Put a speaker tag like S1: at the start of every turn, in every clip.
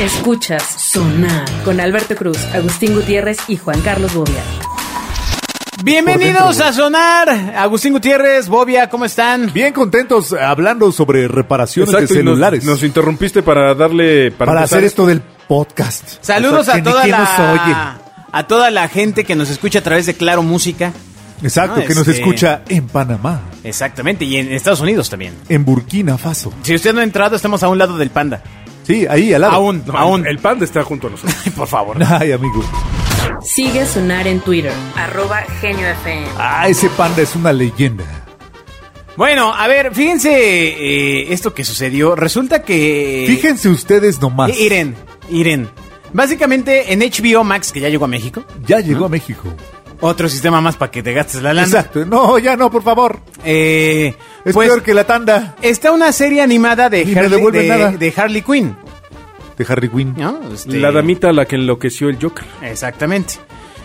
S1: Escuchas Sonar con Alberto Cruz, Agustín Gutiérrez y Juan Carlos Bobia.
S2: Bienvenidos a Sonar. Agustín Gutiérrez, Bobia, ¿cómo están?
S3: Bien contentos eh, hablando sobre reparaciones de
S4: y nos-
S3: celulares.
S4: Nos, interrumpiste para darle.
S3: para
S4: empezar.
S3: hacer esto del podcast.
S2: Saludos
S3: Exacto, que
S2: a
S3: ni
S2: toda
S3: quién
S2: la
S3: nos oye.
S2: a toda la gente que nos escucha a través de Claro Música.
S3: Exacto,
S2: No,
S3: que nos
S2: este-
S3: escucha en Panamá,
S2: Exactamente, y en Estados Unidos también.
S3: en Burkina Faso.
S2: Si usted no ha entrado, estamos a un lado del panda.
S3: Sí, ahí al lado.
S2: Aún,
S4: No,
S2: aún.
S4: El pan está junto a nosotros.
S2: Por favor.
S3: Ay, amigo.
S1: Sigue a Sonar en Twitter, arroba Genio FM.
S3: Ah, ese panda es una leyenda.
S2: Bueno, a ver, fíjense eh, esto que sucedió. Resulta que...
S3: Fíjense ustedes nomás.
S2: Eh, Iren, Iren. Básicamente en HBO Max, que ya llegó a México,
S3: Ya llegó a México.
S2: otro sistema más para que te gastes la lana.
S3: Exacto. No, ya no, por favor.
S2: Eh,
S3: Es
S2: pues,
S3: peor que la tanda
S2: Está una serie animada de,
S3: Ni me
S2: Harley,
S3: devuelven
S2: de-
S3: nada.
S2: de Harley Quinn.
S3: de Harry Quinn.
S2: ¿no? Este,
S4: La damita a la que enloqueció el Joker.
S2: Exactamente.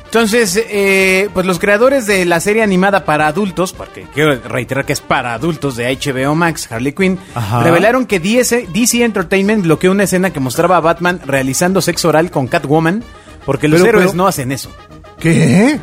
S2: Entonces, eh, pues los creadores de la serie animada para adultos, porque quiero reiterar que es para adultos de HBO Max, Harley Quinn,
S3: Ajá.
S2: revelaron que DC, DC Entertainment bloqueó una escena que mostraba a Batman realizando sexo oral con Catwoman, porque los
S3: Pero,
S2: héroes
S3: pero-
S2: no hacen eso.
S3: ¿Qué?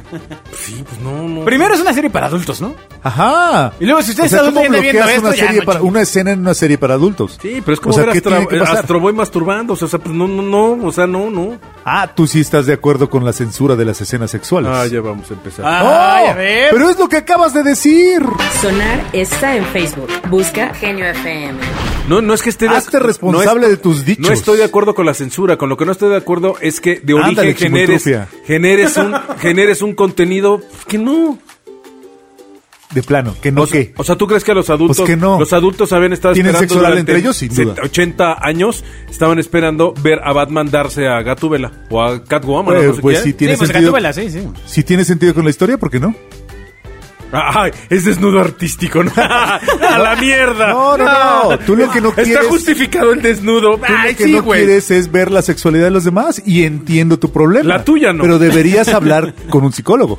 S4: Sí, pues no, no.
S2: Primero es una serie para adultos, ¿no?
S3: Ajá.
S2: Y luego, si usted
S3: O sea,
S2: está
S3: ¿cómo
S2: durmiendo viendo
S3: bloqueas
S2: esto,
S3: una,
S2: ya
S3: serie
S2: no
S3: para-
S2: chingues.
S3: una escena en una serie para adultos?
S4: Sí, pero es
S3: O
S4: como
S3: sea,
S4: ver
S3: ¿qué
S4: Astra-
S3: tiene que pasar?
S4: Astroboy masturbándose. O sea, pues no, no, no. O sea, no, no.
S3: Ah, tú sí estás de acuerdo con la censura de las escenas sexuales.
S4: Ah, ya vamos a empezar.
S2: Ay,
S3: ¡Oh!
S2: a ver.
S3: Pero es lo que acabas de decir.
S1: Sonar está en Facebook, busca Genio FM.
S4: No, no es que esté de
S3: Hazte
S4: ac-
S3: responsable
S4: no
S3: de tus dichos.
S4: No estoy de acuerdo con la censura. Con lo que no estoy de acuerdo es que de origen
S3: Ándale,
S4: generes,
S3: chimultrufia.
S4: generes, un, generes un contenido que no.
S3: De plano, que no
S4: O sea-
S3: que.
S4: O sea, ¿tú crees que los adultos
S3: Pues que no.
S4: los adultos habían estado
S3: Tienen
S4: esperando
S3: sexo oral
S4: durante
S3: entre ellos, sin duda.
S4: 70, 80 años estaban esperando ver a Batman darse a Gatúbela o a Catwoman o
S3: Eh,
S4: no sé
S3: pues
S4: quién.
S3: sí tiene
S2: Sí, pues
S3: sentido.
S2: Gatúbela, sí, sí.
S3: Si tiene sentido con la historia, ¿por qué no?
S4: Ah, Ay, es desnudo artístico, ¿no? a la mierda.
S3: No, no, no.
S4: Ah,
S3: Tú lo que no
S4: Está
S3: quieres-
S4: justificado el desnudo.
S3: Tú
S4: Ay,
S3: lo que
S4: sí,
S3: no
S4: güey.
S3: quieres es ver la sexualidad de los demás y entiendo tu problema.
S4: La tuya no.
S3: Pero deberías hablar con un psicólogo.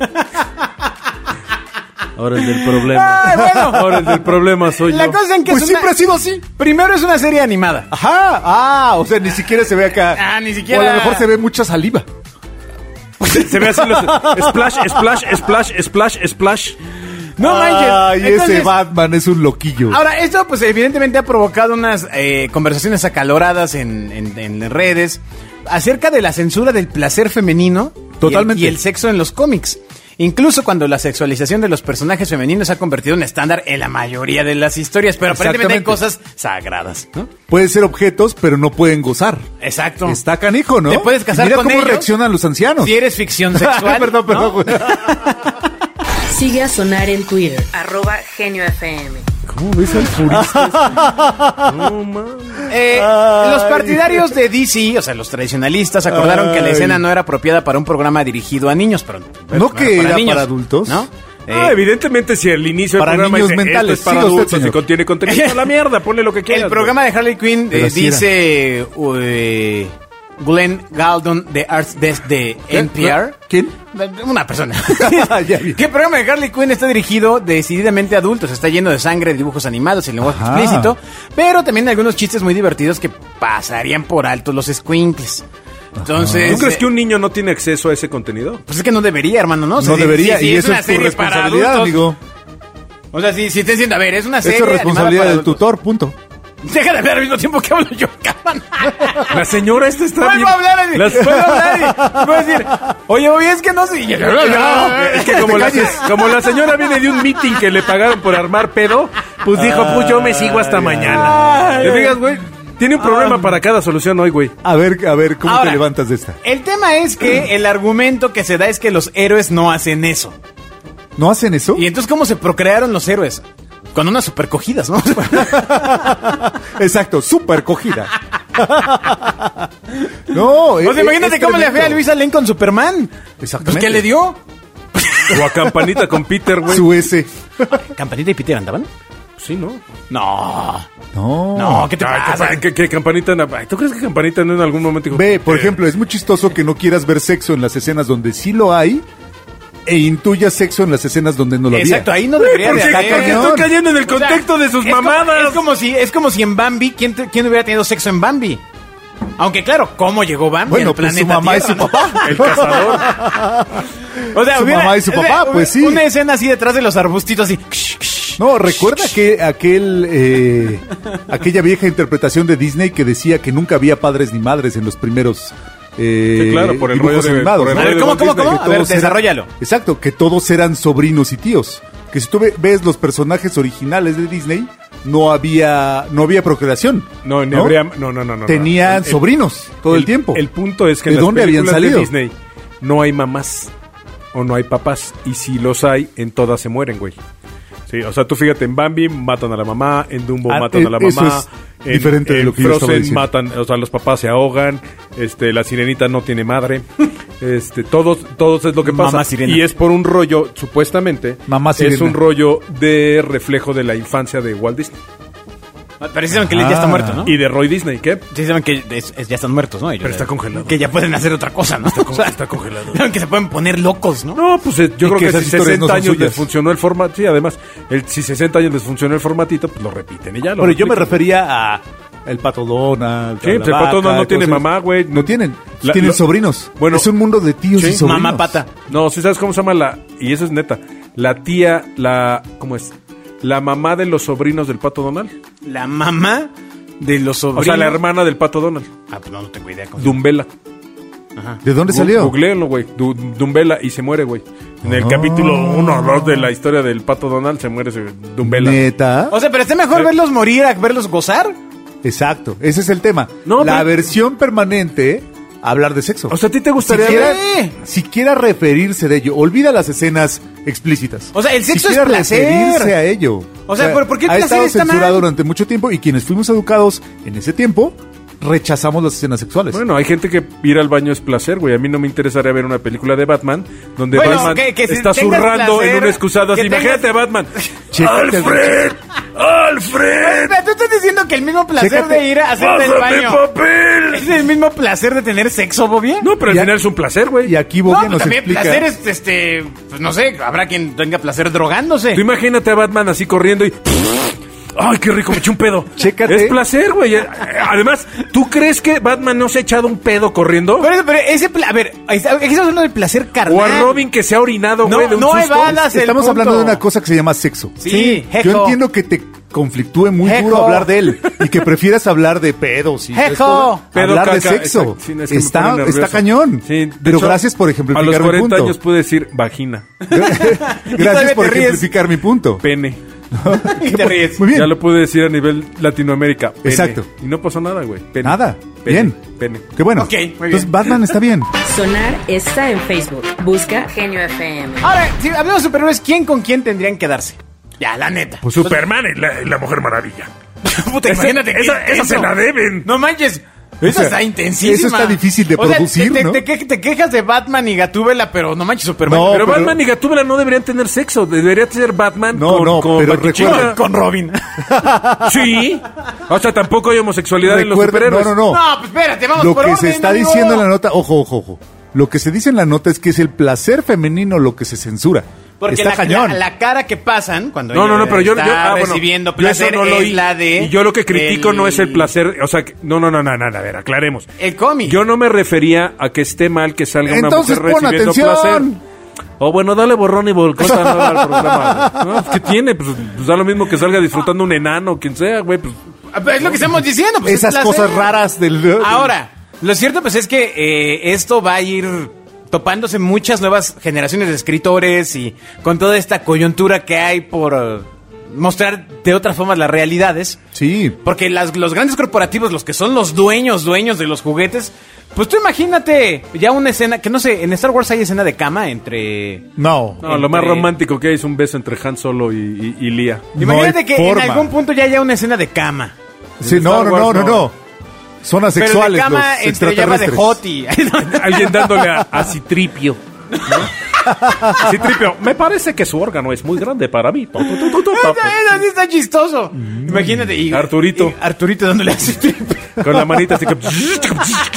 S4: Ahora el del problema.
S2: Ay, bueno.
S4: Ahora el del problema soy
S2: La
S4: yo.
S2: cosa en que
S3: Pues
S2: es
S3: siempre
S2: una-
S3: ha sido así.
S2: Primero es una serie animada.
S3: Ajá. Ah, o sea, ni siquiera se ve acá.
S2: Ah, ni siquiera.
S3: O a lo mejor se ve mucha saliva.
S4: Se ve así los splash, splash, splash, splash, splash.
S2: No manches.
S3: Ay, ese
S2: Entonces,
S3: Batman es un loquillo.
S2: Ahora, esto pues evidentemente ha provocado unas eh, conversaciones acaloradas en, en- en redes acerca de la censura del placer femenino y el-
S3: Totalmente.
S2: y el, sexo en los cómics. Incluso cuando la sexualización de los personajes femeninos se ha convertido en estándar en la mayoría de las historias, pero aparentemente hay cosas
S3: Exactamente.
S2: sagradas, ¿no?
S3: Pueden ser objetos, pero no pueden gozar.
S2: Exacto.
S3: Está canijo, ¿no?
S2: Te puedes casar
S3: Mira
S2: con
S3: cómo
S2: ellos.
S3: reaccionan los ancianos.
S2: Si eres ficción sexual. ¿no?
S3: perdón, perdón.
S1: Sigue a Sonar en Twitter, arroba Genio FM.
S4: ¿Cómo ves al purista? No, mames.
S2: Eh,
S3: Ay.
S2: los partidarios de DC, o sea, los tradicionalistas, acordaron que la
S3: Ay.
S2: escena no era apropiada para un programa dirigido a niños, pero... pero
S3: que era para adultos.
S2: ¿no? Eh,
S4: Ah, evidentemente, si al inicio
S3: Para
S4: del programa
S3: niños
S4: dice,
S3: mentales,
S4: esto es para
S3: siga usted,
S4: adultos y
S3: señor".
S4: contiene contenido, a la mierda, ponle lo que quieras.
S2: el programa de Harley Quinn eh,
S3: Pero así era.
S2: dice eh, Glenn Galdon de Arts Desk de NPR.
S3: ¿Quién?
S2: Una persona.
S3: Ah, Ya vi.
S2: ¿Qué programa de Harley Quinn está dirigido decididamente a adultos? Está lleno de sangre, dibujos animados y lenguaje
S3: Ajá.
S2: explícito, pero también algunos chistes muy divertidos que pasarían por alto los squinkles. Entonces,
S4: güey. ¿Tú crees
S2: eh,
S4: que un niño no tiene acceso a ese contenido?
S2: pues es que no debería, hermano, ¿no? O sea,
S3: No
S2: si-
S3: debería,
S2: si- si
S3: y eso
S2: una
S3: es tu
S2: serie para
S3: responsabilidad,
S2: adultos,
S3: amigo.
S2: O sea, si, si te entiendo, a ver, es una serie
S3: Eso es responsabilidad
S2: animada
S3: del
S2: para adultos.
S3: tutor, punto.
S2: Deja de hablar al mismo tiempo que hablo yo, cabrón.
S4: La señora esta está
S2: Vuelvo
S4: bien-
S2: a hablar, así,
S4: Las-
S2: vuelvo a hablar y voy a decir, oye, oye, es que no sé. Y-
S4: No, es que como
S3: Te
S4: la,
S3: calles.
S4: como la señora viene de un meeting que le pagaron por armar pedo, pues dijo, pues yo me sigo hasta mañana.
S2: ay, Ah.
S4: ¿Te
S2: ay.
S4: fijas, güey? Tiene un problema para cada solución hoy, güey.
S3: A ver, a ver, ¿cómo
S2: Ahora,
S3: te levantas de esta?
S2: El tema es que el argumento que se da es que los héroes no hacen eso.
S3: ¿No hacen eso?
S2: Y entonces, ¿cómo se procrearon los héroes? Con unas supercogidas, ¿no?
S3: Exacto, súper cogida. no, eh,
S2: O sea, imagínate cómo le fue a Luisa Lane con Superman.
S3: Exactamente.
S2: Pues, ¿Qué le dio?
S4: O a campanita con Peter, güey.
S3: Su S.
S2: ¿Campanita y Peter andaban?
S4: Sí, ¿no?
S2: No.
S3: No.
S2: No, ¿qué te
S4: Ay,
S2: pasa?
S4: campa- que, que campanita. no- ay, ¿Tú crees que campanita no en algún momento dijo,
S3: Ve, por
S4: "Eh,
S3: ejemplo, es muy chistoso que no quieras ver sexo en las escenas donde sí lo hay e intuyas sexo en las escenas donde no lo había. Pues
S2: Exacto, ahí no
S4: Güey,
S2: debería
S4: porque,
S2: de haber.
S4: porque
S3: cañón.
S4: estoy cayendo en el
S2: O sea,
S4: contexto de sus
S2: es como-
S4: mamadas.
S2: es como si es como si en Bambi quién te- quién hubiera tenido sexo en Bambi. Aunque claro, ¿cómo llegó Bambi
S3: Bueno,
S2: al
S3: pues
S2: planeta
S3: su mamá y
S2: Tierra,
S3: su
S2: no?
S3: papá.
S4: El cazador.
S2: O sea,
S3: Su mamá y su papá,
S2: una-
S3: pues sí.
S2: Una escena así detrás de los arbustitos así. ksh, ksh.
S3: No, recuerda que aquel, eh, aquella vieja interpretación de Disney que decía que nunca había padres ni madres en los primeros eh,
S4: Sí, claro, por el
S3: dibujos
S4: rollo de-
S3: animados.
S4: por el
S3: ¿no?
S2: A ver,
S4: de
S2: ¿cómo,
S4: Walt
S2: cómo,
S4: Disney,
S2: cómo?
S3: que
S2: A ver,
S3: todos eran-
S2: desarrollalo.
S3: exacto, que todos eran sobrinos y tíos. Que si tú ve- ves los personajes originales de Disney, no había, no había procreación.
S4: No, ni habría- no, no, no, no.
S3: Tenían
S4: El- el-
S3: sobrinos todo el, tiempo.
S4: El punto es que
S3: ¿De
S4: en las
S3: dónde habían
S4: películas
S3: salido?
S4: de Disney no hay mamás o no hay papás. Y si los hay, en todas se mueren, güey. Sí, o sea, tú fíjate, en Bambi matan a la mamá, en Dumbo
S3: Ah,
S4: matan a la
S3: eh, eso
S4: mamá.
S3: es diferente
S4: en,
S3: de
S4: en
S3: lo que yo estaba
S4: Frozen
S3: diciendo.
S4: matan, o sea, los papás se ahogan, este, la sirenita no tiene madre. Este, todos, todos es lo que pasa.
S2: Mamá sirena.
S4: Y es por un rollo, supuestamente,
S3: Mamá
S4: es
S3: sirena.
S4: un rollo de reflejo de la infancia de Walt Disney
S2: Pero sí saben que Led ya está
S3: Ah.
S2: muerto, ¿no?
S4: y de Roy Disney, que
S2: Sí saben que es- es- ya están muertos, ¿no? Ellos
S4: Pero
S2: ya-
S4: está congelado.
S2: Que ya pueden hacer otra cosa, ¿no? Está,
S4: está congelado.
S2: Saben que se pueden poner locos, ¿no?
S4: No, pues eh, yo
S3: Y
S4: creo
S3: que
S4: que,
S3: esas
S4: si
S3: historias
S4: 60
S3: no son
S4: años les
S3: suyas.
S4: funcionó el formato, sí, además, el, si 60 años les funcionó el formatito, pues lo repiten y ya lo
S3: Bueno, yo me
S4: replican.
S3: refería a el pato Donald.
S4: Sí,
S3: a la
S4: pues el pato
S3: vaca,
S4: Donald no
S3: y
S4: tiene
S3: todos ellos.
S4: mamá, güey.
S3: No tienen.
S4: La-
S3: tienen
S4: lo-
S3: sobrinos.
S4: Bueno.
S3: es un mundo de tíos
S4: Sí.
S3: y sobrinos.
S2: Mamá pata.
S4: No, si sabes cómo se llama la. Y eso es neta. La tía, la. ¿Cómo es? La mamá de los sobrinos del pato Donald.
S2: La mamá de los
S4: O
S2: sobrinos.
S4: sea, la hermana del pato Donald.
S2: Ah, pues no, no tengo idea. cómo se-
S4: Dumbela.
S3: ¿De dónde
S4: Gu-
S3: salió?
S4: Googléalo, güey. Du- Dumbela y se muere, güey. En el
S3: Ah.
S4: capítulo 1 o 2 de la historia del pato Donald se muere ese Dumbela.
S3: Neta.
S2: O sea, pero está mejor
S4: Eh.
S2: verlos morir a verlos gozar.
S3: Exacto. Ese es el tema.
S4: No,
S3: la
S4: pero-
S3: versión permanente, hablar de sexo.
S4: O sea, ¿a ti te gustaría
S3: siquiera,
S2: ver?
S3: siquiera referirse de ello. Olvida las escenas explícitas.
S2: O sea, el sexo
S3: Siquiera
S2: es placer.
S3: referirse a ello.
S2: O sea, ¿pero por qué el
S3: ha
S2: placer
S3: estado
S2: está mal?
S3: censurado durante mucho tiempo y quienes fuimos educados en ese tiempo rechazamos las escenas sexuales.
S4: Bueno, hay gente que ir al baño es placer, güey. A mí no me interesaría ver una película de Batman donde
S2: Bueno,
S4: Batman
S2: que- que si
S4: está
S2: tengas
S4: zurrando
S2: placer,
S4: en un excusado así.
S2: que tengas-
S4: Imagínate a Batman.
S3: Chécate el-
S4: ¡Alfred! ¡Alfred!
S2: Pero tú estás diciendo que el mismo placer
S3: Chécate.
S2: de ir a hacerte el
S4: ¡Pásame
S2: baño. Es
S4: papel!
S2: el mismo placer de tener sexo, Bobia.
S4: No, pero al
S3: Ya-
S4: final es un placer,
S3: Y
S4: güey.
S3: aquí
S2: No,
S3: Bobia
S2: pues
S3: nos
S2: también
S3: explica.
S2: placer es, este, pues no sé, habrá quien tenga placer drogándose.
S4: Tú imagínate a Batman así corriendo y... ¡Ay, qué rico! Me eché un pedo.
S3: Chécate.
S4: Es placer, güey. Eh, Además, ¿tú crees que Batman no se ha echado un pedo corriendo?
S2: Pero, pero ese, pla- a ver, ahí está- aquí estamos hablando del placer carnal.
S4: O a Robin que se ha orinado,
S2: No,
S4: güey, de un
S2: no
S4: susto.
S2: evadas el
S3: Estamos
S2: punto.
S3: hablando de una cosa que se llama sexo.
S2: Sí,
S3: Yo
S2: jejo.
S3: entiendo que te conflictúe muy
S2: Jejo.
S3: duro hablar de él y que prefieras hablar de pedos y
S2: Jejo.
S3: todo.
S4: Pedo,
S3: hablar de
S4: caca,
S3: sexo.
S4: exacto. Sí, es que me pone
S3: está,
S4: nervioso.
S3: está cañón.
S4: Sí, de
S3: Pero
S4: hecho,
S3: gracias por ejemplificar
S4: A los 40
S3: mi punto.
S4: años pude decir vagina,
S3: gracias
S2: todavía
S3: por
S2: te ríes.
S3: ejemplificar mi punto.
S4: pene.
S2: Y te ríes.
S3: Pues, Muy bien.
S4: Ya lo pude decir a nivel Latinoamérica. pene.
S3: Exacto.
S4: Y no pasó nada, güey. Pene.
S3: Nada.
S4: Pene.
S3: Bien.
S4: Pene.
S3: Qué bueno.
S2: Ok, muy bien.
S3: Entonces Batman está bien.
S1: Sonar está en Facebook. Busca Genio FM.
S2: Ahora, si hablamos de superhéroes, ¿quién con quién tendrían que darse? Ya, la neta.
S4: Pues Superman y la, y la Mujer Maravilla.
S2: Puta,
S4: Esa-
S2: imagínate que
S4: esa- esa se la deben.
S2: No manches.
S3: O
S2: Esa
S3: sea,
S2: está intensísima.
S3: eso está difícil de
S2: O sea,
S3: producir,
S2: te- te,
S3: ¿no?
S2: te que- te quejas de Batman y Gatúbela, pero no manches Superman.
S3: No,
S4: pero,
S3: pero-
S4: Batman y Gatúbela no deberían tener sexo. Debería ser Batman
S3: No,
S4: con,
S3: no,
S4: con
S3: pero
S4: Batichica.
S3: recuerden-
S2: con Robin.
S4: Sí. O sea, tampoco hay homosexualidad en los
S3: Recuerda-
S4: superhéroes.
S3: no, no, no.
S2: No, pues espérate, vamos
S3: Lo
S2: por
S3: que
S2: orden,
S3: se está
S2: amigo.
S3: diciendo en la nota, ojo, ojo, ojo. Lo que se dice en la nota es que es el placer femenino lo que se censura.
S2: Porque
S3: está
S2: la,
S3: cañón.
S2: la- la cara que pasan cuando
S4: No, no, no, pero yo,
S2: está
S4: yo- ah, bueno,
S2: recibiendo
S4: yo eso
S2: placer
S4: no lo
S2: es
S4: oí.
S2: la de
S4: Y yo lo que critico
S2: el-
S4: no es el placer, o sea, que- no, no, no, no, no, a ver, aclaremos.
S2: El cómic.
S4: Yo no me refería a que esté mal que salga
S3: Entonces,
S4: una mujer
S3: pon
S4: recibiendo
S3: atención.
S4: placer. O bueno, dale borrón y volcota no, al programa. güey. No, ¿Qué tiene? Pues, pues da lo mismo que salga disfrutando un enano, quien sea, güey. Pues,
S2: Ah, pero Es lo que estamos diciendo. pues,
S3: Esas
S2: es placer.
S3: cosas raras del
S2: Ahora, lo cierto pues es que eh, esto va a ir topándose muchas nuevas generaciones de escritores y con toda esta coyuntura que hay por eh, mostrar de otras formas las realidades.
S3: Sí.
S2: Porque las- los grandes corporativos, los que son los dueños, dueños de los juguetes, pues tú imagínate ya una escena, que no sé, en Star Wars hay escena de cama entre...
S3: No.
S4: no, lo más
S2: Entre-
S4: romántico que hay es un beso entre Han Solo y, y, y Lía.
S3: No
S2: imagínate
S3: hay
S2: que
S3: forma.
S2: en algún punto ya haya una escena de cama.
S3: Sí,
S4: En
S3: no,
S4: Star
S3: no,
S4: Wars,
S3: no, no,
S4: no.
S3: no. Zonas
S2: Pero de
S3: sexuales,
S2: cama
S3: los
S2: entre llama de
S3: extraterrestres.
S2: Hoti.
S4: Alguien dándole a, a Citripio. ¿no? Citripio, me parece que su órgano es muy grande para mí. Tu, tu, tu, tu, tu,
S2: Eso,
S4: tu.
S2: eso sí está chistoso.
S3: Mm.
S2: Imagínate. y-
S4: Arturito.
S2: y Arturito dándole así.
S4: Con la manita así que...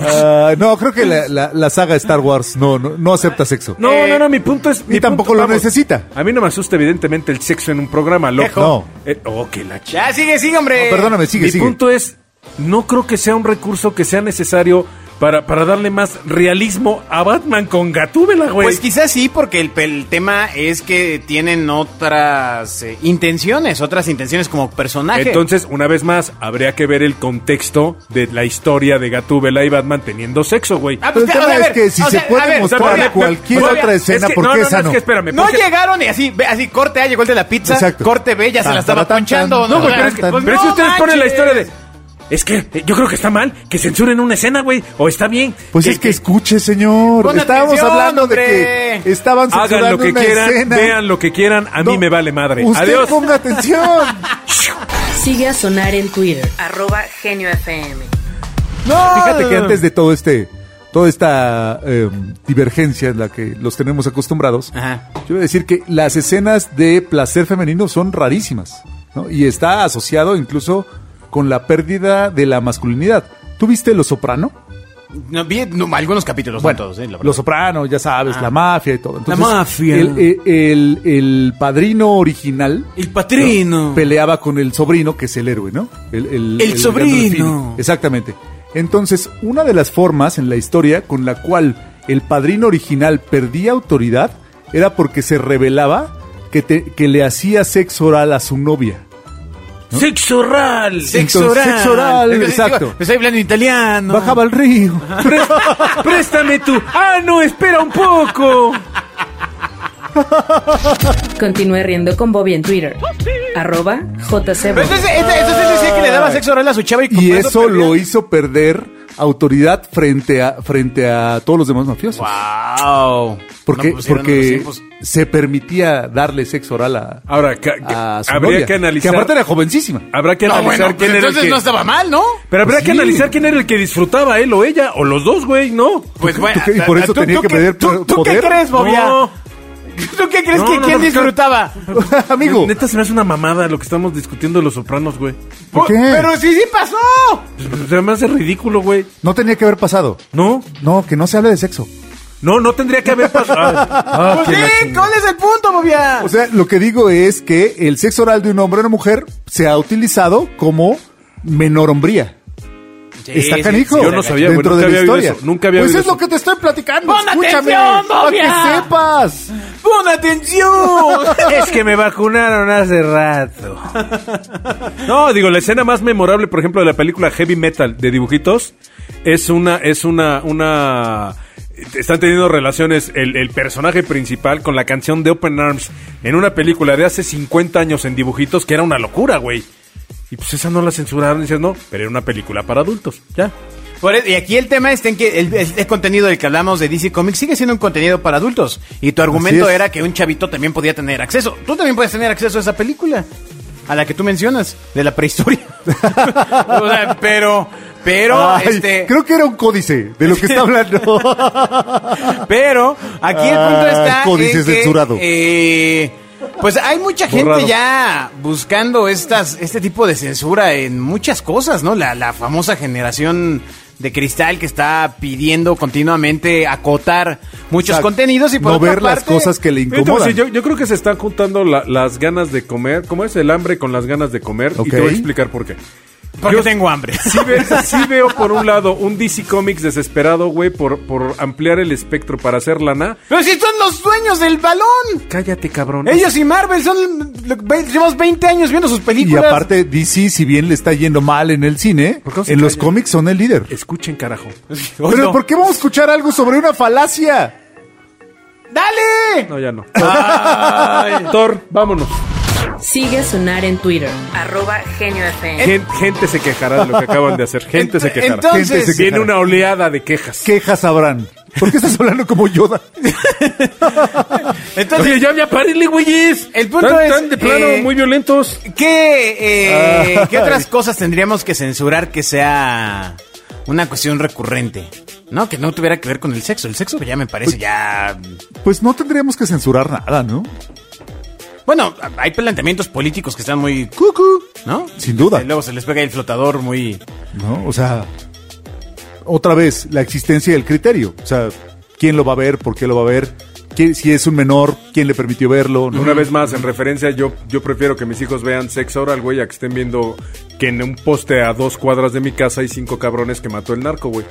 S3: Ah, no, creo que la, la- la saga Star Wars no, no, no acepta sexo.
S4: No,
S2: Eh,
S4: no, no, mi punto es... mi
S3: tampoco
S4: punto,
S3: lo necesita.
S4: A mí no me asusta evidentemente el sexo en un programa, loco.
S3: No.
S4: Eh, oh, que la ch-
S2: Ya, sigue, sigue, hombre.
S3: No, perdóname, sigue,
S4: Mi
S3: sigue.
S4: punto es, no creo que sea un recurso que sea necesario para, para darle más realismo a Batman con Gatúbela, güey.
S2: Pues quizás sí, porque el, el tema es que tienen otras eh, intenciones, otras intenciones como personaje.
S4: Entonces, una vez más, habría que ver el contexto de la historia de Gatúbela y Batman teniendo sexo, güey.
S2: Ah,
S3: Pero
S2: pues,
S3: el
S2: a
S3: tema
S2: ver,
S3: es que si
S2: o
S3: se
S2: sea, a
S3: puede
S2: ver,
S3: mostrar
S2: todavía-
S3: pues, cualquier
S2: todavía-
S3: otra escena,
S4: es que-
S3: ¿por
S4: no,
S3: qué
S4: no, no,
S3: esa
S4: es
S3: no?
S4: que espérame,
S2: No
S4: porque-
S2: llegaron y así, ve, así, corte A, llegó el de la pizza,
S3: Exacto.
S2: corte B, ya se
S3: Tan,
S2: la estaba
S3: tan,
S2: ponchando.
S3: tan.
S4: No,
S2: ¿no?
S4: güey,
S2: O
S4: pero
S2: sea,
S4: es que,
S2: pues
S4: pero es que
S2: no
S4: ustedes ponen la
S2: manches.
S4: historia de. Es que eh, yo creo que está mal que censuren una escena, güey. O está bien.
S3: Pues es que escuche, señor.
S2: Pon
S3: Estábamos
S2: atención,
S3: hablando de
S2: hombre.
S3: que estaban censurando
S4: hagan lo que
S3: una
S4: quieran,
S3: escena.
S4: vean lo que quieran. A mí
S3: No,
S4: me vale madre.
S3: Usted
S4: Adiós.
S3: ponga atención.
S1: Sigue a Sonar en Twitter, arroba Genio FM.
S3: No, fíjate que antes de todo este, toda esta eh, divergencia en la que los tenemos acostumbrados,
S2: Ajá.
S3: yo voy a decir que las escenas de placer femenino son rarísimas, ¿no? Y está asociado incluso con la pérdida de la masculinidad. ¿Tú viste Lo Soprano?
S2: No, vi no, algunos capítulos,
S3: Bueno,
S2: no todos, eh, la verdad.
S3: Los Soprano, ya sabes,
S2: Ah.
S3: la mafia y todo. Entonces,
S2: mafia.
S3: El, eh, el- el padrino original
S2: El patrino.
S3: peleaba con el sobrino, que es el héroe, ¿no? El,
S2: El sobrino.
S3: Gandolfini. Exactamente. Entonces, una de las formas en la historia con la cual el padrino original perdía autoridad era porque se revelaba que, te- que le hacía sexo oral a su novia.
S4: Sexo oral.
S2: Sexo
S3: Entonces,
S2: oral.
S3: sexo oral,
S2: Es que,
S3: exacto.
S2: digo, Estoy hablando italiano.
S3: Bajaba al río.
S4: Pré- Préstame tu. Ah, no, espera un poco.
S1: Continúe riendo con Bobby en Twitter, arroba JC
S2: Pero
S1: Bobby.
S2: entonces, este- entonces él decía que le daba sexo oral a su chava y, con
S3: Y eso
S2: perdía.
S3: lo hizo perder autoridad frente a, frente a todos los demás mafiosos.
S2: ¡Wow!
S3: Porque,
S2: No, pues, eran los
S3: porque
S2: tiempos.
S3: se permitía darle sexo oral a,
S4: Ahora, ca- ca-
S3: a su
S4: habría
S3: novia,
S4: Ah, que analizar.
S3: Que aparte era jovencísima.
S4: Habrá que
S2: No,
S4: analizar
S2: bueno,
S4: quién
S2: pues
S4: era el
S2: entonces
S4: que-
S2: no estaba mal, ¿no?
S4: Pero habría que
S3: Pues sí.
S4: analizar quién era el que disfrutaba, él o ella, o los dos, güey, ¿no?
S2: Pues bueno.
S3: qué- y por eso tenía que
S2: qué-
S3: pedir
S2: ¿Tú, tú
S3: poder?
S2: qué crees, Bobia?
S4: No.
S2: ¿Tú qué crees
S4: No,
S2: que
S4: no,
S2: quién
S4: no,
S2: disfrutaba?
S3: Amigo,
S4: Neta, se me hace una mamada lo que estamos discutiendo de los sopranos, güey.
S3: ¿por qué?
S2: ¡Pero Pues sí, sí pasó!
S4: Se me hace ridículo, güey.
S3: no tenía que haber pasado.
S4: ¿No?
S3: No, que no se hable de sexo.
S4: No, no tendría que haber pasado. Ah, ah,
S2: Pues
S4: que la
S2: sí,
S4: chingada.
S2: ¿cuál es el punto, Bobia?
S3: O sea, lo que digo es que el sexo oral de un hombre o una mujer se ha utilizado como menor hombría. Está canijo.
S4: sí, yo no sabía, güey,
S3: Dentro
S4: nunca
S3: de
S4: había
S3: la
S4: oído
S3: historia.
S4: eso, nunca había
S3: Pues
S4: oído
S3: es lo
S4: eso.
S3: que te estoy platicando.
S2: ¡Pon
S3: escúchame.
S2: atención,
S3: para que
S2: novia!
S3: sepas.
S2: ¡Pon atención!
S4: Es que me vacunaron hace rato. No, digo, la escena más memorable, por ejemplo, de la película Heavy Metal de dibujitos, es una, es una, una. Están teniendo relaciones el, el personaje principal con la canción de Open Arms en una película de hace 50 años en dibujitos que era una locura, güey. Y pues esa no la censuraron, dices, no, pero era una película para adultos, ya.
S2: Por eso- y aquí el tema está en que el, el- el contenido del que hablamos de DC Comics sigue siendo un contenido para adultos. Y tu argumento
S3: es.
S2: era que un chavito también podía tener acceso. Tú también puedes tener acceso a esa película. A la que tú mencionas, de la prehistoria. o sea, pero, pero,
S3: Ay,
S2: este,
S3: Creo que era un códice de lo que está hablando.
S2: pero, aquí el punto
S3: Ah,
S2: está.
S3: códice
S2: en que,
S3: censurado.
S2: eh, pues hay mucha gente
S4: Borrado.
S2: ya buscando estas, este tipo de censura en muchas cosas, ¿no? La, la famosa generación de cristal que está pidiendo continuamente acotar muchos
S3: Exacto.
S2: contenidos y por
S3: no
S2: otra
S3: ver las
S2: parte-
S3: cosas que le incomodan.
S4: Entonces, yo, yo creo que se están juntando la- las ganas de comer. ¿Cómo es el hambre con las ganas de comer? Y te voy
S3: Ok.
S4: a explicar por qué.
S2: Porque
S4: Yo-
S2: tengo hambre.
S4: Sí, ve- sí veo por un lado un DC Comics desesperado, güey, por, por ampliar el espectro para hacer lana.
S2: Pero si son los dueños del balón.
S4: Cállate, cabrón.
S2: Ellos y Marvel son lo- ve- llevamos 20 años viendo sus
S3: Y
S2: películas.
S3: aparte, DC, si bien le está yendo mal en el cine,
S4: ¿Por qué no se Eh,
S3: en los
S4: calla?
S3: cómics son el líder.
S4: Escuchen, carajo.
S2: Oh,
S3: Pero
S2: no.
S3: ¿por qué vamos a escuchar algo sobre una falacia?
S2: ¡Dale!
S4: No, ya no. Thor, vámonos.
S1: Sigue a Sonar en Twitter, arroba Genio FM.
S4: Gen- gente se quejará de lo que acaban de hacer. Gente se quejará.
S2: Entonces-
S3: Gente se
S4: Viene
S3: quejará.
S4: una oleada de quejas.
S3: Quejas habrán. ¿Por qué estás hablando como Yoda?
S2: Entonces,
S4: Oye, ya, ya, párenle, güeyes.
S2: El punto
S4: Están-
S2: es,
S4: están de plano
S2: eh,
S4: muy violentos.
S2: ¿Qué, eh,
S4: Ah.
S3: Ay.
S2: ¿Qué otras cosas tendríamos que censurar que sea una cuestión recurrente? No, que no tuviera que ver con el sexo. El sexo ya me parece ya...
S3: Pues no tendríamos que censurar nada, ¿no?
S2: Bueno, hay planteamientos políticos que están muy cucú, ¿no?
S3: Sin duda.
S2: Y luego se les pega el flotador muy...
S3: ¿No? O sea, otra vez, la existencia del criterio. O sea, ¿quién lo va a ver? ¿Por qué lo va a ver? quién- si es un menor, quién le permitió verlo. ¿no?
S4: Una vez más, en referencia, yo, yo prefiero que mis hijos vean Sex Oral, güey, a que estén viendo que en un poste a dos cuadras de mi casa hay cinco cabrones que mató el narco, güey.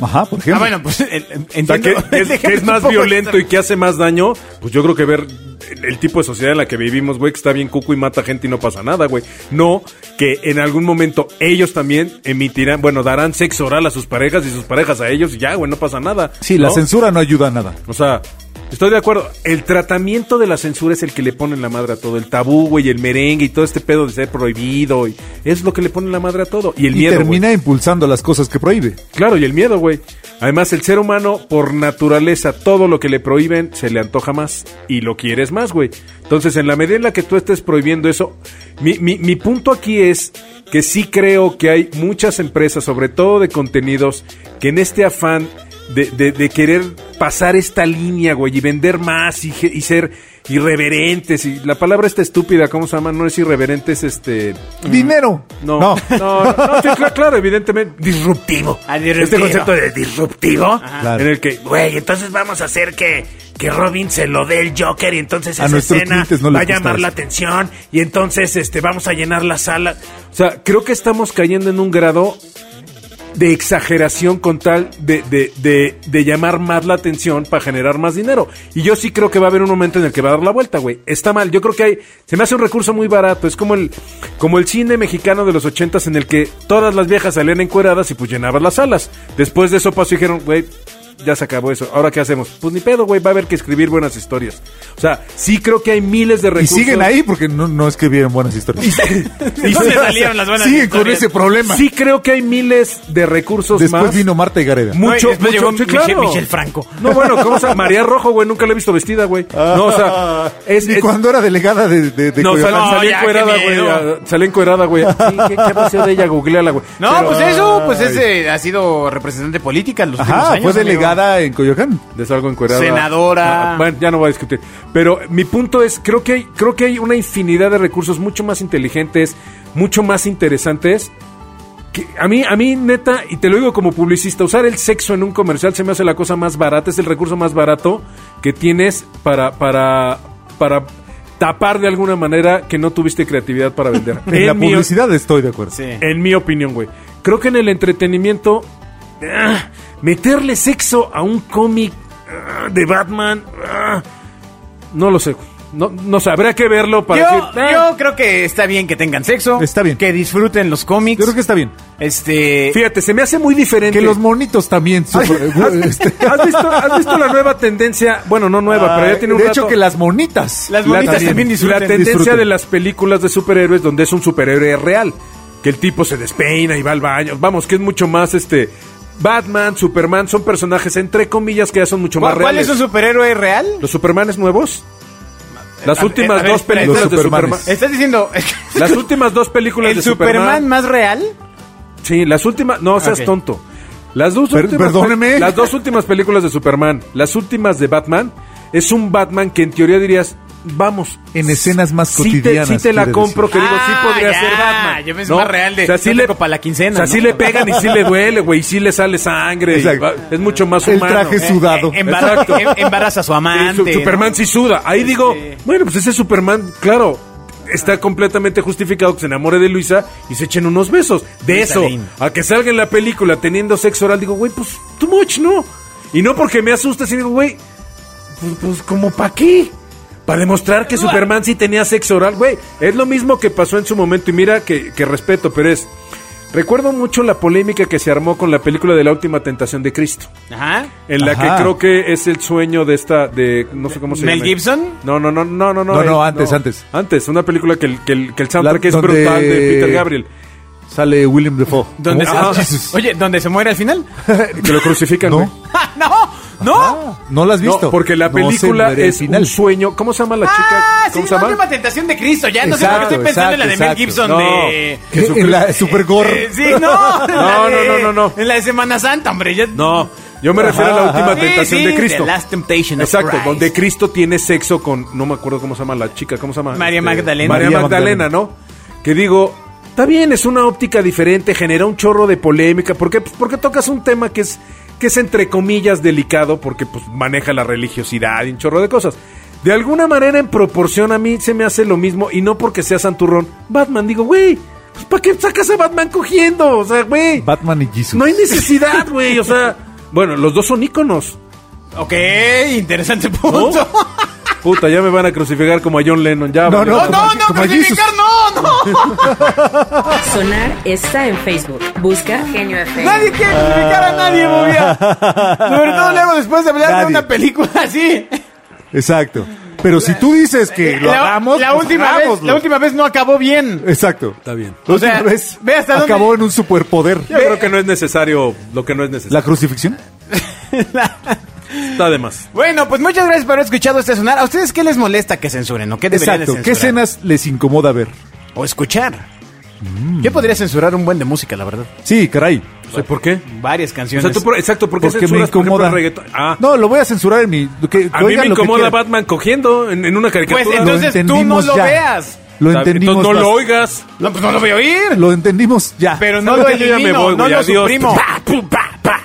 S3: Ajá, por ejemplo.
S2: Ah, bueno, pues el- el-
S4: O sea,
S2: entiendo.
S4: que, que es, que es más violento y que hace más daño, pues yo creo que ver el, el tipo de sociedad en la que vivimos, güey, que está bien cuco y mata gente y no pasa nada, güey. No, que en algún momento ellos también emitirán, bueno, darán sexo oral a sus parejas y sus parejas a ellos y ya, güey, no pasa nada.
S3: Sí, la
S4: ¿no?
S3: censura no ayuda a nada.
S4: O sea, estoy de acuerdo. El tratamiento de la censura es el que le ponen la madre a todo. El tabú, güey, el merengue y todo este pedo de ser prohibido. Y es lo que le ponen la madre a todo. Y el
S3: y
S4: miedo. pues. güey.
S3: termina impulsando las cosas que prohíbe.
S4: Claro, y el miedo, güey. Además, el ser humano, por naturaleza, todo lo que le prohíben se le antoja más y lo quieres más, güey. Entonces, en la medida en la que tú estés prohibiendo eso, mi, mi- mi punto aquí es que sí creo que hay muchas empresas, sobre todo de contenidos, que en este afán de, de- de querer pasar esta línea, güey, y vender más y, ge- y ser irreverentes. Y la palabra esta estúpida, ¿cómo se llama? No es irreverente, es este...
S3: Dinero.
S4: No, no, no, no, sí, cla- claro, evidentemente. Disruptivo.
S2: Ah, disruptivo.
S4: Este concepto de disruptivo,
S3: Claro.
S4: en el que, güey,
S5: Güey, entonces vamos a hacer que, que Robin se lo dé el Joker y entonces
S3: A
S5: esa
S3: nuestros
S5: escena
S3: clientes no les
S5: va a
S3: gusta
S5: llamar la
S3: eso.
S5: atención y entonces este vamos a llenar la sala.
S4: o sea, creo que estamos cayendo en un grado de exageración con tal de, de, de, de llamar más la atención para generar más dinero. Y yo sí creo que va a haber un momento en el que va a dar la vuelta, güey. Está mal. Yo creo que hay. Se me hace un recurso muy barato. Es como el, como el cine mexicano de los ochentas en el que todas las viejas salían encueradas y pues llenaban las salas. Después de eso pasó y dijeron, güey. Ya se acabó eso. Ahora qué hacemos? Pues ni pedo, güey. Va a haber que escribir buenas historias. O sea, sí creo que hay miles de
S3: Y
S4: recursos.
S3: siguen ahí porque no, no escribieron buenas historias.
S2: ¿Y dónde salieron las buenas
S3: Siguen con
S2: historias?
S3: ese problema.
S4: Sí creo que hay miles de recursos
S3: Después
S4: más.
S3: vino Marta y Gareda.
S2: Mu-
S4: Mucho,
S2: No, y después
S4: mucho-
S2: llegó
S4: sí,
S2: Michelle-
S4: claro.
S2: Michelle Franco.
S4: No, bueno, ¿cómo se llama? María Rojo, güey, nunca la he visto vestida, güey. No, o
S2: Ah.
S4: sea, es...
S3: Ni
S4: es-
S3: cuando era delegada de, de, de
S4: no, sal-
S3: Coyoacán.
S2: No,
S4: salí
S2: ya,
S4: encuerada,
S2: qué
S4: güey.
S2: miedo.
S4: ah, Salí encuerada, güey. Sí, ¿Qué, qué pasó de ella? Googleala, güey.
S2: No,
S4: Pero-
S2: pues eso, pues ese ha sido representante política en los últimos
S3: Ajá,
S2: años.
S3: fue
S2: amigo.
S3: delegada en Coyoacán.
S4: de salgo encuerada.
S2: Senadora.
S4: No, bueno, ya no voy a discutir. Pero mi punto es, creo que hay, creo que hay una infinidad de recursos mucho más inteligentes, mucho más interesantes. Que a mí, a mí, neta, y te lo digo como publicista, usar el sexo en un comercial se me hace la cosa más barata, es el recurso más barato que tienes para, para, para tapar de alguna manera que no tuviste creatividad para vender.
S3: En, la
S4: mi-
S3: publicidad estoy de acuerdo.
S2: Sí.
S4: en mi opinión, güey. Creo que en el entretenimiento, ah, meterle sexo a un cómic ah, de Batman, ah, no lo sé. güey. No, no sé, habrá que verlo para
S2: Yo,
S4: decir. ah,
S2: yo creo que está bien que tengan sexo.
S3: Está bien.
S2: Que disfruten los cómics.
S3: Yo creo que está bien.
S2: Este.
S4: Fíjate, se me hace muy diferente.
S3: Que los monitos también. sufren- este-
S4: ¿Has, visto, has visto la nueva tendencia? Bueno, no nueva, pero ya tiene un
S3: de
S4: rato.
S3: hecho, que las monitas.
S2: Las monitas
S4: la,
S2: también disfruten.
S4: la tendencia
S3: disfruten.
S4: de las películas de superhéroes donde es un superhéroe real. Que el tipo se despeina y va al baño. Vamos, que es mucho más este. Batman, Superman son personajes entre comillas que ya son mucho más
S2: ¿Cuál, cuál
S4: reales.
S2: es un superhéroe real?
S4: ¿Los Supermanes nuevos? Las
S2: A-
S4: últimas
S2: a ver,
S4: dos
S2: espera,
S4: películas
S3: los
S4: de Superman.
S3: Supermanes.
S2: Estás diciendo.
S4: Las últimas dos películas
S2: ¿El
S4: de
S2: Superman,
S4: Superman.
S2: más real?
S4: Sí, las últimas. No seas
S2: Ok.
S4: tonto. Las dos
S3: Per-
S4: últimas.
S3: perdóneme.
S4: Las dos últimas películas de Superman. Las últimas de Batman. Es un Batman que en teoría dirías. Vamos.
S3: En escenas más
S4: sí te-
S3: cotidianas,
S4: Sí te, la
S3: quiere
S4: compro,
S3: decir.
S4: que digo, sí
S2: Ah,
S4: podría
S2: ya,
S4: ser Batman.
S2: yo pensé más real de,
S4: O sea, sí
S2: no
S4: le,
S2: tengo pa' la
S4: o
S2: quincena.
S4: sea, sí
S2: ¿no?
S4: le pegan y sí le duele, güey. Y sí le sale sangre. y
S3: Exacto.
S4: va- es mucho más
S3: El
S4: humano.
S3: traje
S2: Eh,
S3: sudado.
S2: embara- em- embaraza a su
S4: Sí,
S2: amante.
S4: Eh, su- Superman sí suda. Ahí digo, bueno, pues ese Superman, claro, está completamente justificado que se enamore de Luisa y se echen unos besos. De
S2: Luisa
S4: eso,
S2: Lane.
S4: a que salga en la película teniendo sexo oral, digo, güey, pues too much, ¿no? Y no porque me asusta, sino digo, güey, pues, pues como pa' qué. Para demostrar que Superman sí tenía sexo oral, güey. Es lo mismo que pasó en su momento. Y mira que, que respeto, pero es. Recuerdo mucho la polémica que se armó con la película de la última tentación de Cristo.
S2: Ajá.
S4: En la
S3: Ajá.
S4: que creo que es el sueño de esta, de no sé cómo se
S2: ¿Mel
S4: llama.
S2: Gibson?
S4: No, no, no, no, no.
S3: No, no, antes, antes.
S4: Antes, una película que el, que el, que el soundtrack
S3: La-
S4: es
S3: donde- Eh,
S4: brutal de Peter Gabriel.
S3: Sale William Defoe.
S2: ¿Dónde se,
S4: Ah,
S3: Oh, Jesus.
S2: oye, ¿dónde se muere al final? ¡Ah,
S4: Que lo crucifican,
S3: No.
S4: güey.
S2: ¡No! ¡No!
S3: Ah, no la has visto.
S4: No, porque la
S3: No se
S4: película
S3: muere al
S4: es
S3: final.
S4: un sueño. ¿Cómo se llama la
S2: ¡Ah!
S4: chica?
S2: Sí,
S4: ¿Cómo
S2: la
S4: se
S2: última
S4: llama?
S2: tentación de Cristo. Ya no sé por qué estoy
S3: Exacto,
S2: pensando en la de Mel
S3: exacto,
S2: Gibson
S4: exacto.
S2: de...
S4: No.
S3: Que en la Super Gore.
S2: Eh, Sí, no. en la
S4: No,
S2: de-
S4: no, no, no, no.
S2: En la de Semana Santa, hombre. ya-
S4: No, yo me refiero a la
S3: Ajá,
S4: última
S2: Sí,
S4: tentación
S2: sí,
S4: de Cristo.
S2: The Last Temptation of
S4: Exacto,
S2: Christ.
S4: donde Cristo tiene sexo con, no me acuerdo cómo se llama la chica, ¿cómo se llama? Este,
S2: María Magdalena.
S4: María,
S3: María
S4: Magdalena, ¿no? Que digo, está bien, es una óptica diferente, genera un chorro de polémica, ¿por qué? Pues porque tocas un tema que es que es entre comillas delicado porque pues maneja la religiosidad y un chorro de cosas. De alguna manera en proporción a mí se me hace lo mismo y no porque sea santurrón. Batman, digo, güey, pues ¿para qué sacas a Batman cogiendo? O sea, güey.
S3: Batman y Jesus.
S4: No hay necesidad, güey. O sea, bueno, los dos son íconos.
S2: Ok, interesante punto.
S4: Puta, ya me van a crucificar como a John Lennon. Ya,
S3: No,
S4: valió.
S2: No,
S3: no,
S2: no, no,
S3: como
S2: crucificar, no, no.
S1: Sonar está en Facebook. Busca Genio FM.
S2: Nadie quiere crucificar a nadie, Bobia. Sobre todo luego después de hablar
S3: Ah. Nadie.
S2: de una película así.
S3: Exacto. Pero si tú dices que lo
S2: la,
S3: hagamos,
S2: la
S3: pues
S2: última vez,
S3: hagámoslo.
S2: la última vez no acabó bien.
S3: Exacto.
S4: Está bien.
S3: La
S2: O sea,
S3: última vez
S2: ve hasta dónde-
S3: acabó en un superpoder.
S4: Yo creo que no es necesario lo que no es necesario.
S3: ¿La crucifixión?
S4: Está de más.
S2: Bueno, pues muchas gracias por haber escuchado este sonar. ¿A ustedes qué les molesta que censuren o qué deberían de
S3: Exacto. ¿Qué
S2: censurar?
S3: escenas les incomoda ver?
S2: O escuchar. Yo podría censurar un buen de música, la verdad.
S3: Sí, caray.
S4: O sea, ¿por qué?
S2: Varias
S4: O
S2: canciones.
S4: sea, tú por- exacto, porque,
S3: Porque me
S4: censuras, por ejemplo,
S3: incomoda.
S4: el reggaetón? Ah,
S3: No, lo voy a censurar en mi. que- que
S4: a mí
S3: oigan
S4: me
S3: lo que
S4: incomoda
S3: quieran.
S4: Batman cogiendo en, en una caricatura.
S2: Pues,
S4: Lo-
S2: entonces- tú
S3: entendimos
S2: no lo veas.
S3: Lo
S4: Está bien.
S3: entendimos.
S4: Entonces no lo
S3: basta.
S4: oigas.
S2: No, pues no lo voy a oír.
S3: Lo entendimos ya.
S2: Pero no
S4: ¿Sabes
S2: lo
S4: qué? Yo ya
S2: elimino,
S4: me voy,
S2: no
S4: güey,
S2: lo
S4: adiós.
S2: suprimo.
S4: Pa, pum, pa, pa.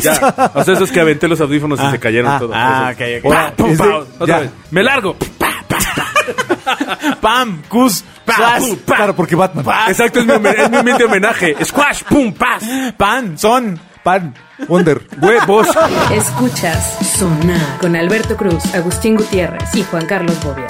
S4: Ya. O sea, eso es que aventé los audífonos y se cayeron
S2: ah,
S4: todos.
S2: ah,
S4: Eso es.
S2: ok, ok.
S4: Pa, pum,
S3: Es de-
S4: pa, otra
S3: ya.
S4: vez. Me largo. Pa, pa,
S2: Pam, cus,
S4: pa,
S2: plas,
S4: pum, pa.
S3: Claro, porque Batman.
S4: Exacto, es mi, homen- es mi humilde homenaje. Squash, pum, pas.
S2: pan, son.
S3: Pan. Wonder.
S4: Huevos.
S1: Escuchas Sonar con Alberto Cruz, Agustín Gutiérrez y Juan Carlos Bobia.